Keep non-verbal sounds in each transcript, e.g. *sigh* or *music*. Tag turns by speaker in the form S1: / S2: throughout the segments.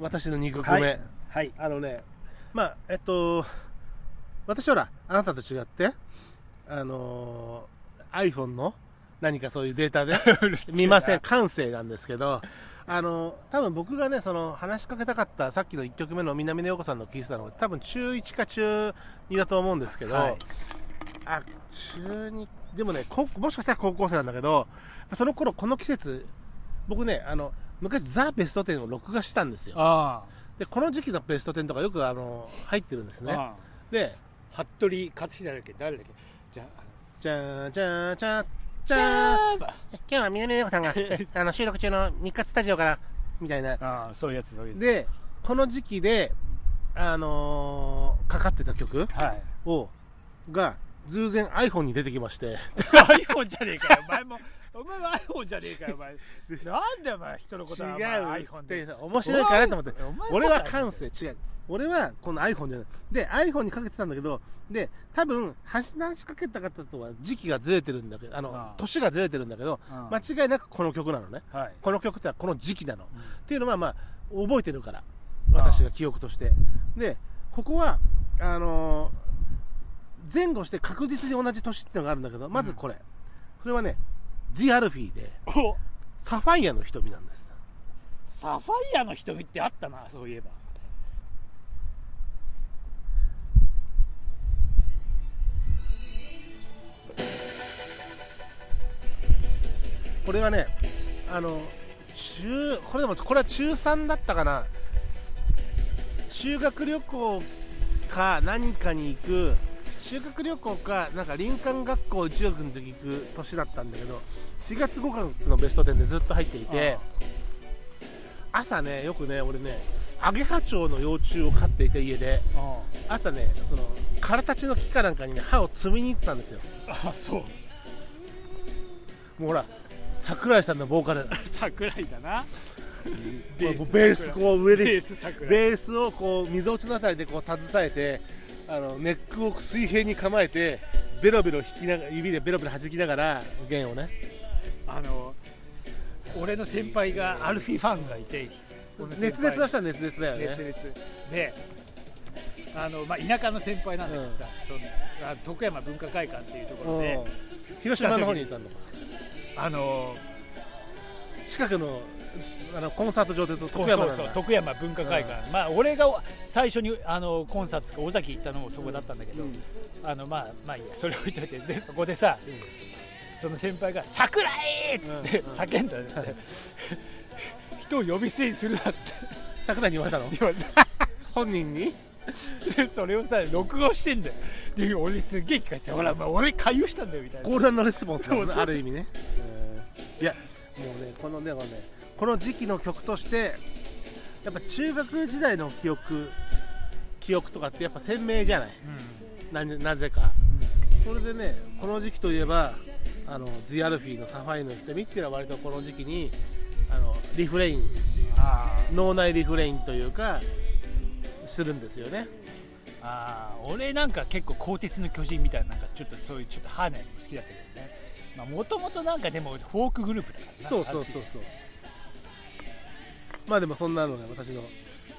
S1: 私の2曲目、
S2: はいはい
S1: あのねまあえっと私ほらあなたと違ってあのー iPhone の何かそういうデータで見ません感性なんですけどあの多分僕がねその話しかけたかったさっきの1曲目の南野陽子さんの聞いてたのが多分中1か中2だと思うんですけど、
S2: はい
S1: あ中2でもねこもしかしたら高校生なんだけどその頃この季節僕ねあの昔ザ・ベスト10を録画したんですよ
S2: あ
S1: でこの時期のベスト10とかよくあの入ってるんです
S2: あ、
S1: ね
S2: あ
S1: で
S2: あ服部克久だっけ誰だっけじゃあ
S1: じゃーじゃーじゃーじゃー
S2: あの
S1: 今日は南野陽子さ
S2: *laughs*
S1: んがあの収録中の日活スタジオからみたいな
S2: ああそういうやつそういうや
S1: でこの時期であのーかかってた曲
S2: つはい
S1: をが偶然 iPhone に出てきまして
S2: iPhone じゃねえかよお前もお前も iPhone じゃねえかよお前なんでお前人のことはお前 iPhone で
S1: って面白いかなと思って
S2: お前
S1: 俺は感性違う俺はこの iPhone じゃないで iPhone にかけてたんだけどで多分話しかけた方とは時期がずれてるんだけどあの
S2: ああ
S1: 年がずれてるんだけど
S2: うん
S1: 間違いなくこの曲なのね
S2: はい
S1: この曲ってのはこの時期なの、
S2: うん
S1: っていうのはまあ覚えてるから私が記憶としてでここはあのー前後して確実に同じ年っていうのがあるんだけどまずこれ、これはねジ・アルフィーで
S2: お
S1: サファイアの瞳なんです
S2: サファイアの瞳ってあったなそういえば
S1: これはねあの中これでもこれは中3だったかな修学旅行か何かに行く修学旅行かなんか林間学校一学の時行く年だったんだけど4月5月のベスト10でずっと入っていて朝ねよくね俺ねアゲハチョウの幼虫を飼っていて家で
S2: ああ
S1: 朝ねそのカラタチの木かなんかにね歯を摘みに行ってたんですよ
S2: ああそう
S1: もうほら桜井さんのボーカ *laughs* ル
S2: 桜井だな
S1: ベースこう上で
S2: ベース桜
S1: *laughs*
S2: 井
S1: ベースをこう溝落ちのあたりでこう携えてあのネックを水平に構えてベロベロ弾きながら指でベロベロ弾きながら弦をね
S2: あの俺の先輩がアルフィーファンがいて俺の先輩
S1: 熱烈な人は熱烈だよね
S2: 熱烈であの、まあ、田舎の先輩なんだけどさ、そのあ徳山文化会館っていうところで、
S1: うん広島の方にいたのか
S2: あの
S1: 近くのすあのコンサート場で
S2: そう
S1: 徳
S2: そ
S1: 山な
S2: うんそう
S1: だ
S2: 徳山文化会館、まあ俺が最初にあのコンサートか尾崎行ったのもそこだったんだけど、
S1: うん
S2: あのまあまあいいやそれ置いといてでそこでさ、その先輩が「桜井!」っつって
S1: うんうん
S2: 叫んだんだよね *laughs* 人を呼び捨てにするなって
S1: 桜井に言われ
S2: *laughs*
S1: たの
S2: 言われて
S1: 本人に
S2: でそれをさ録画してんだよで俺すっげえ聞かせてほら、まあ、俺回遊したんだよみたいな
S1: コールのレスポンスだもんね
S2: そうそう
S1: ある意味ねうんいやもうねこのねこのねこの時期の曲としてやっぱ中学時代の記憶記憶とかってやっぱ鮮明じゃないななぜかそれでねこの時期といえばあのジアルフィーのサファイアの瞳っていうのは割とこの時期にあのリフレイン
S2: あ
S1: 脳内リフレインというかするんですよね
S2: ーあー俺なんか結構鋼鉄の巨人みたいななんかちょっとそういうちょっとハードなやつも好きだったけどねまあもともとなんかでもフォークグループだからな
S1: そうそう
S2: あ
S1: そう
S2: る
S1: そうまあでもそんなのが私の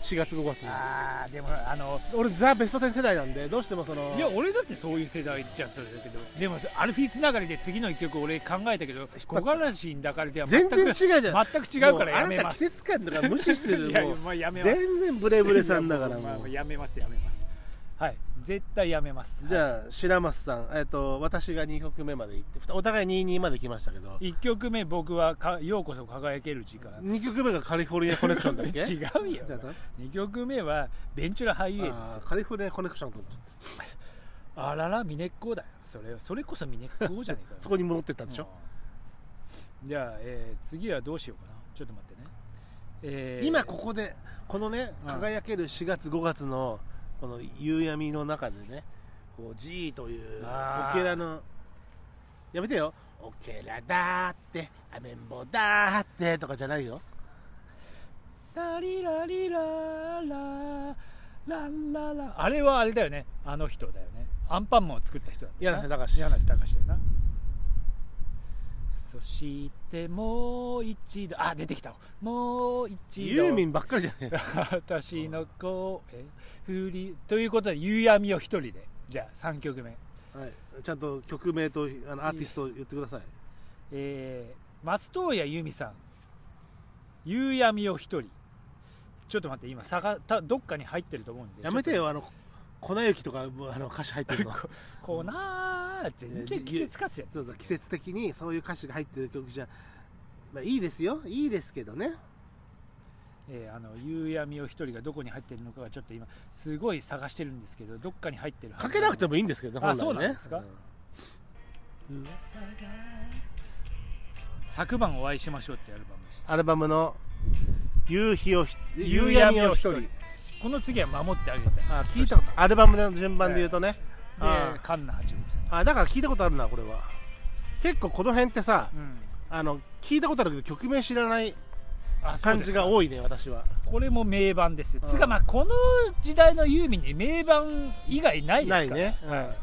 S1: 4月5月
S2: 程
S1: の
S2: 度あーでもあの
S1: 俺ザ・ベスト10世代なんでどうしてもその
S2: いや俺だってそういう世代じゃそれだけどでもアルフィーつながりで次の一曲俺考えたけど木枯らしに抱かれては
S1: 全
S2: 全
S1: 然違
S2: く
S1: うじゃん
S2: 全く違うからや
S1: もうあな
S2: め
S1: た
S2: ま
S1: 季
S2: す
S1: 節感とか無視してる
S2: いや
S1: もう
S2: もうやめます
S1: 全然ブレブレさんだから
S2: いやもう
S1: も
S2: まあ
S1: う
S2: やめますやめますはい絶対やめます
S1: じゃあ白松さん、えっと私が2曲目まで行ってふたお互い22まで来ましたけど
S2: 1曲目僕はか「ようこそ輝ける時間
S1: 2曲目がカリフォルニアコネクションだっ」け
S2: 違うよ
S1: じゃあど
S2: 2曲目は「ベンチュラハイエー」です
S1: あーカリフォルニアコネクションと思っちゃった
S2: あららミネッコだよそれそれこそミネッコじゃねえか
S1: *laughs*
S2: よ
S1: そこに戻ってったんでしょ、
S2: うんじゃあ、えー次はどうしようかなちょっと待ってね、えー
S1: 今ここでこのね
S2: うん
S1: 輝ける4月5月のこの夕闇の中でねこう G という
S2: あ
S1: オ
S2: ー
S1: ケラのやめてよオケラだーってアメンボだーってとかじゃないよ
S2: ラリラリラララララあれはあれだよねあの人だよねアンパンマンを作った人だったな
S1: 柳瀬隆
S2: 柳瀬隆だよなそしてもう一度あ出てきたわもう一度
S1: ユーミンばっかりじゃねえ
S2: 私の声振りということで夕闇を一人でじゃあ3曲目
S1: はい、ちゃんと曲名とあのアーティストを言ってください
S2: えー、松任谷由実さん「夕闇を一人」ちょっと待って今さがたどっかに入ってると思うんで
S1: やめて
S2: ちょ
S1: よあの粉雪とかもうあの歌詞入ってるの *laughs* そ
S2: っとこうなー全然季節かすや
S1: うそう季節的にそういう歌詞が入ってる曲じゃ、まあ、いいですよいいですけどね
S2: えーあの夕闇を一人がどこに入ってるのかがちょっと今すごい探してるんですけどどっかに入ってるはず
S1: かけなくてもいいんですけどね
S2: あ
S1: 本来ね
S2: そうなんですか昨晩お会いしましょうっていうアルバムです
S1: アルバムの夕日をひ夕
S2: 夕
S1: 闇
S2: 闇
S1: を
S2: を
S1: 一
S2: 一
S1: 人
S2: 人この次は守ってあげたい
S1: あ聞いたことアルバムの順番で言うとね、あ
S2: でカンナ八五
S1: あだから聞いたことあるなこれは結構この辺ってさ
S2: さん、うん
S1: あの聞いたことあるけど曲名知らない
S2: あ
S1: 感じが
S2: い
S1: 多いね私は
S2: これも名盤ですよ、
S1: うん
S2: つうかまあこの時代のユーミンに名盤以外ないですか
S1: な
S2: ら
S1: いね、
S2: はい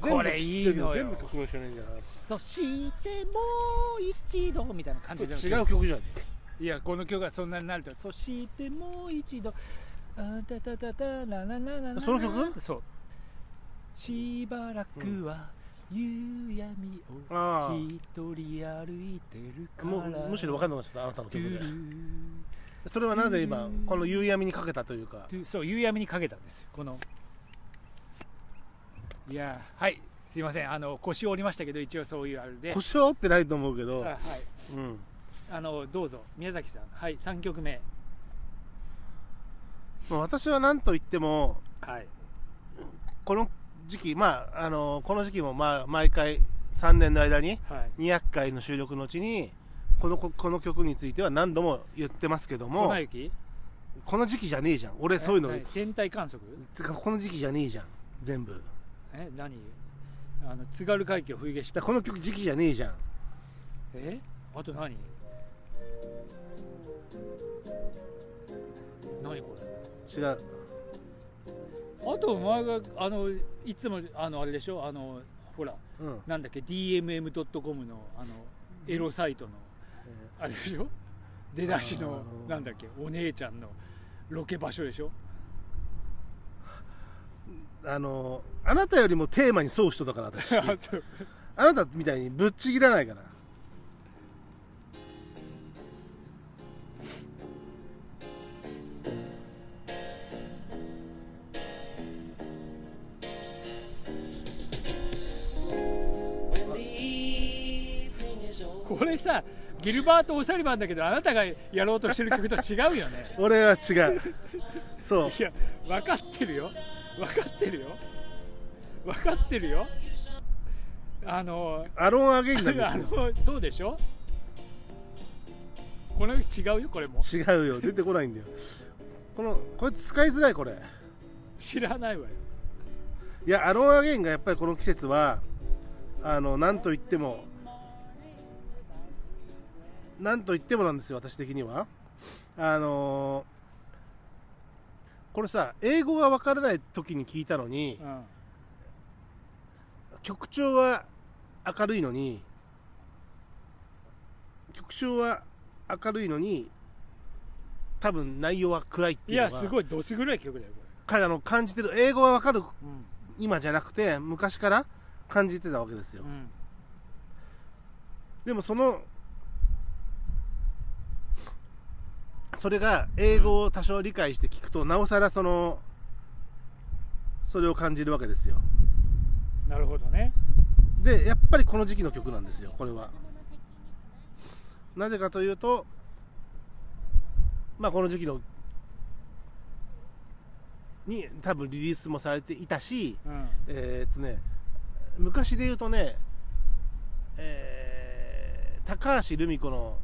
S1: 全部
S2: これいい
S1: 知ってるけど
S2: のよ
S1: 全部曲名知らないんだから
S2: そしてもう一度みたいな感じで
S1: ちょっと違う曲じゃん
S2: いやこの曲がそんなになるとそしてもう一度あたたたたななななな
S1: その曲
S2: そうしばらくは夕闇を
S1: あ
S2: 一人歩いてる
S1: あ
S2: から
S1: もうむしろ分かんなくなっちゃったあなたの曲でそれはなぜ今
S2: うん
S1: この夕闇にかけたというか
S2: そう夕闇にかけたんですよこのいやーはいすいませんあの腰を折りましたけど一応そういうあれで
S1: 腰は折ってないと思うけ
S2: あ
S1: ど
S2: はい
S1: うん
S2: あのどうぞ宮崎さんはい3曲目
S1: まあ私は何と言っても
S2: はい
S1: この時期まああのこの時期もまあ毎回3年の間に
S2: はい
S1: 200回の収録のうちにこのここの曲については何度も言ってますけども
S2: 粉雪
S1: この時期じゃねえじゃん俺そういうの
S2: えはい天体観測
S1: つかこの時期じゃねえじゃん全部だか
S2: え何あの津軽海峡冬景色
S1: らこの曲時期じゃねえじゃん
S2: えあと何何こ
S1: 違
S2: れ
S1: う
S2: あとお前があのいつもあのあれでしょあのほら
S1: うん
S2: なんだっけ DMM.com のあのエロサイトのあれでしょ出だし
S1: あーあ
S2: の
S1: のー
S2: なんだっけお姉ちゃんのロケ場所でしょ
S1: あのあなたよりもテーマに沿う人だから私
S2: *laughs* あ
S1: あ
S2: そう
S1: なたみたいにぶっちぎらないから
S2: これさギルバート・オサリバンだけどあなたがやろうとしてる曲と違うよ
S1: *laughs*
S2: ね
S1: 俺は違うそう
S2: いや分かってるよ分かってるよ分かってるよあの
S1: アロンアゲインなん
S2: あ
S1: で
S2: のそうでしょこれ違うよこれも
S1: すよ違うよ出てこないんだよこのこれ使いづらいこれ
S2: 知らないわよ
S1: いやアロンアゲインがやっぱりこの季節はあのなんと言ってもなんと言ってもなんですよ私的にはあのこれさ英語が分からない時に聞いたのに、
S2: うん
S1: 曲調は明るいのに曲調は明るいのに多分内容は暗いって
S2: い
S1: いうの
S2: や
S1: が
S2: すごいどす黒い曲だよこ
S1: かあの感じてる英語はわかる
S2: れうん
S1: 今じゃなくて昔から感じてたわけですよ
S2: うん
S1: でもそのそれが英語を多少理解して聞くと、なおさらそのそれを感じるわけですよ
S2: なるほどね
S1: でやっぱりこの時期の曲なんですよこれはなぜかというとまあこの時期のに多分リリースもされていたし
S2: うん
S1: えーっとね昔で言うとねえー高橋留美子の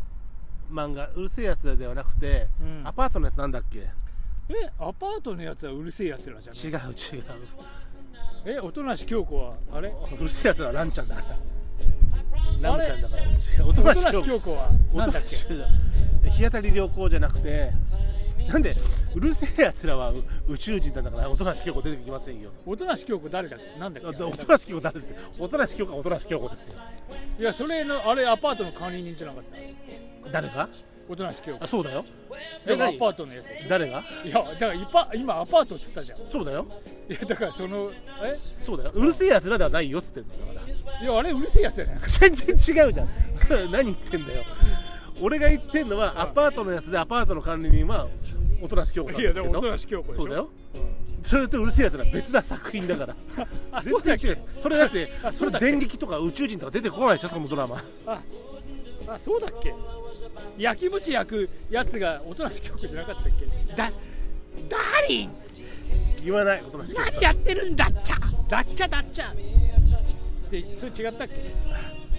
S1: 漫画「うるせえやつ」ではなくて、
S2: うん
S1: アパートのやつなんだっけ
S2: えアパートのやつはうるせえやつらじゃん
S1: 違う
S2: *laughs*
S1: 違う
S2: え音無し京子はあれ
S1: うるせえやつはランちゃんだからラ
S2: あ
S1: ン
S2: れ
S1: ちゃんだから違う音
S2: 音無
S1: 無し
S2: し
S1: 京子
S2: 京子はなんだっけ
S1: け日当たり良好じゃなくてなんでうるせえやつらはう宇宙人なんだからおとなしきょうこ出てきませんよ
S2: 音無し京子誰だっけなんだ
S1: お
S2: っけ
S1: となしきょうこ誰ですかおとなしきょうこはおとなしきょうこですよ
S2: いやそれのあれアパートの管理人じゃなかった
S1: 誰が
S2: 音無し京子
S1: あそうだよ
S2: でもア
S1: 何
S2: パートのやつでし
S1: 誰が
S2: ょいやだからいっぱい今アパートっつったじゃんい
S1: そうだよ
S2: やだからそのえ
S1: そうだようるせえやつらではないよっつってんだから
S2: いやあれうるせえやつじゃない
S1: 全然違うじゃん *laughs* 何言ってんだよ俺が言ってんのはアパートのやつでアパートの管理人はおとなしきょうこなん
S2: い
S1: で
S2: や
S1: す
S2: で
S1: け
S2: も音
S1: ど
S2: 無し京子でしょ
S1: そうだよそれとうるせえやつらは別な作品だから
S2: *laughs* あそうだ
S1: 絶
S2: っ
S1: 対違
S2: け
S1: うそれだって
S2: あ
S1: そ
S2: そう
S1: れ
S2: だっけ
S1: 電撃とか宇宙人とか出てこないでしょそのドラマ
S2: ああそうだっけ焼き餅焼くやつが音無し京子じゃなかったっけだダーリン
S1: 言わないことなし
S2: 何やってるんだっちゃだっちゃだっちゃってそれ違ったっけ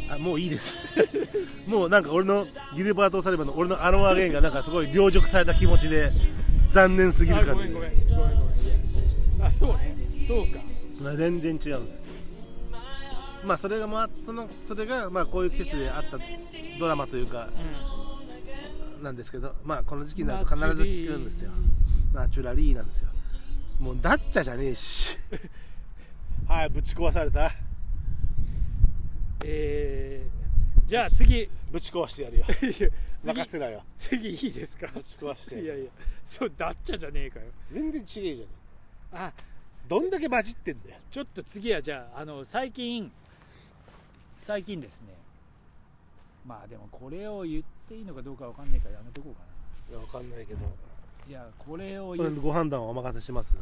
S1: あもういいです *laughs* もうなんか俺のギルバート・サリバンの俺のアロマゲインがなんかすごい凌辱された気持ちで残念すぎ
S2: あ
S1: る
S2: ご
S1: 感
S2: め
S1: じ
S2: んごめんごめんごめんあそうねそうか
S1: まあ全然違うんですまあそれがまあそのそれがまあこういう季節であったドラマというか
S2: う
S1: なんですけどまあこの時期になると必ず聞くんですよナチュラリーなんですよもうダッチャじゃねえ
S2: *laughs*
S1: しはいぶち壊された
S2: えー、じゃあ次
S1: ぶち壊してやる *laughs* よ
S2: 次
S1: 任せろよ
S2: 次いいですか
S1: ぶち壊して
S2: いやいやそうだっちゃじゃねえかよ
S1: 全然違えじゃん
S2: あ
S1: どんだけ混じってんだよ
S2: ちょっと次はじゃああの最近最近ですねまあでもこれを言っていいのかどうかわかんないからやめとこうかない
S1: やわかんないけど
S2: いやこれ
S1: そ
S2: を言
S1: れ
S2: う
S1: でご判断をお任せしますが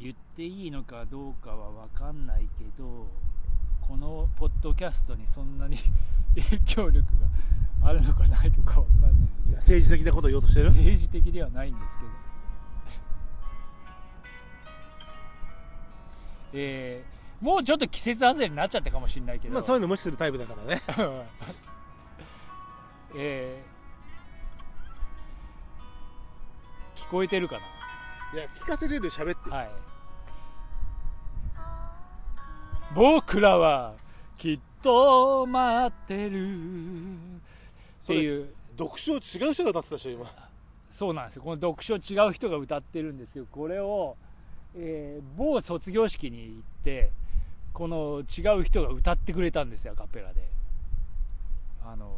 S2: 言っていいのかどうかは分かんないけどこのポッドキャストにそんなに *laughs* 影響力があるのかないのか分かんないので
S1: 政治的なことを言おうとしてる
S2: 政治的ではないんですけどえーもうちょっと季節外れになっちゃったかもしれないけど、
S1: まあそういうの無視するタイプだからね
S2: *laughs* えー聞こえてるか
S1: *laughs* いや聞かせるより喋って
S2: なはい僕らはきっと待ってるっていう
S1: 読書違う人が歌ってたでしょ今
S2: そうなんですよこの読書違う人が歌ってるんですけどこれを、えー某卒業式に行ってこの違う人が歌ってくれたんですよアカペラであの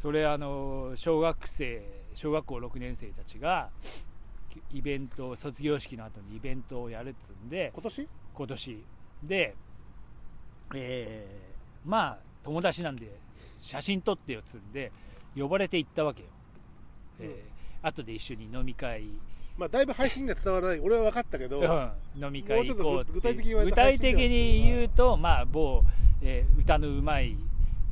S2: それあの小学生小学校6年生たちがイベント卒業式の後にイベントをやるっつんで
S1: 今年
S2: 今年で、えーまあ友達なんで写真撮ってよっつうんで呼ばれて行ったわけよ、えー後で一緒に飲み会、
S1: まあだいぶ配信には伝わらない俺は分かったけど、
S2: うん飲み会行こうって
S1: もうちょっと具体的に言われ
S2: 具
S1: た話
S2: 体的に言うと、まあ某、えー歌のうまい、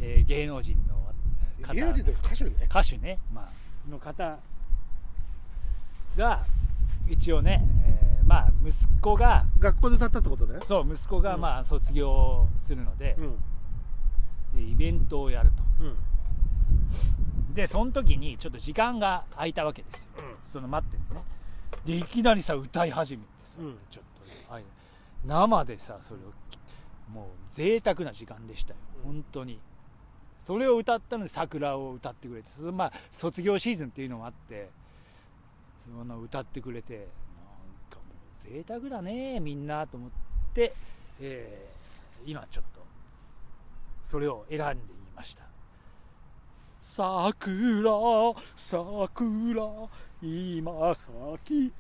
S2: えー芸能人の方
S1: 芸能人というか歌手ね
S2: 歌手ね、まあの方が一応ね、えーまあ息子が
S1: 学校で歌ったってことね
S2: そう息子が
S1: うん
S2: まあ卒業するので、
S1: ん
S2: でイベントをやると
S1: うん
S2: でその時にちょっと時間が空いたわけですよ、その待ってるねでいきなりさ歌い始めてさ、
S1: うん
S2: ちょっとあれ生でさそれをきもう贅沢な時間でしたよ、
S1: うん
S2: 本当にそれを歌ったのに「桜」を歌ってくれてそのまあ卒業シーズンっていうのもあってその歌ってくれてなんかもう贅沢だねみんなと思って、えー今ちょっとそれを選んでみました桜桜今咲き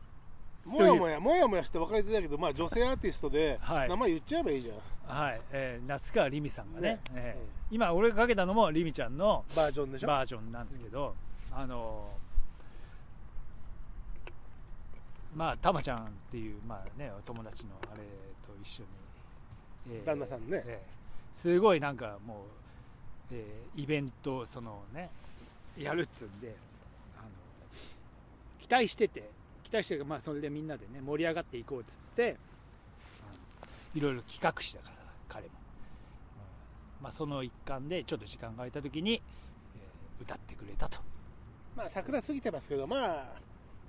S1: もやもやもやもやして分かりづらいけどまあ女性アーティストで
S2: はい
S1: 名前言っちゃえばいいじゃん、
S2: はい、えー夏川りみさんがね
S1: ね
S2: えー今俺がかけたのもりみちゃんの
S1: バージョンでしょ
S2: バージョンなんですけど、あのーまあたまちゃんっていうまあねお友達のあれと一緒に、えー
S1: 旦那さんね
S2: えーすごいなんかもう、えーイベントをそのねやるっつうんであの期待してて期待しててまあそれでみんなでね盛り上がっていこうっつってあのいろいろ企画したから彼も、うんまあ、その一環でちょっと時間が空いた時に、えー歌ってくれたと
S1: まあ桜過ぎてますけどまあ、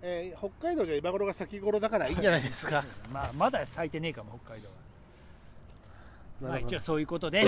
S1: えー北海道じゃ今頃が先頃だからいいんじゃないです
S2: *laughs*
S1: か
S2: まあまだ咲いてねえかも北海道は、まあ、一応そういうことで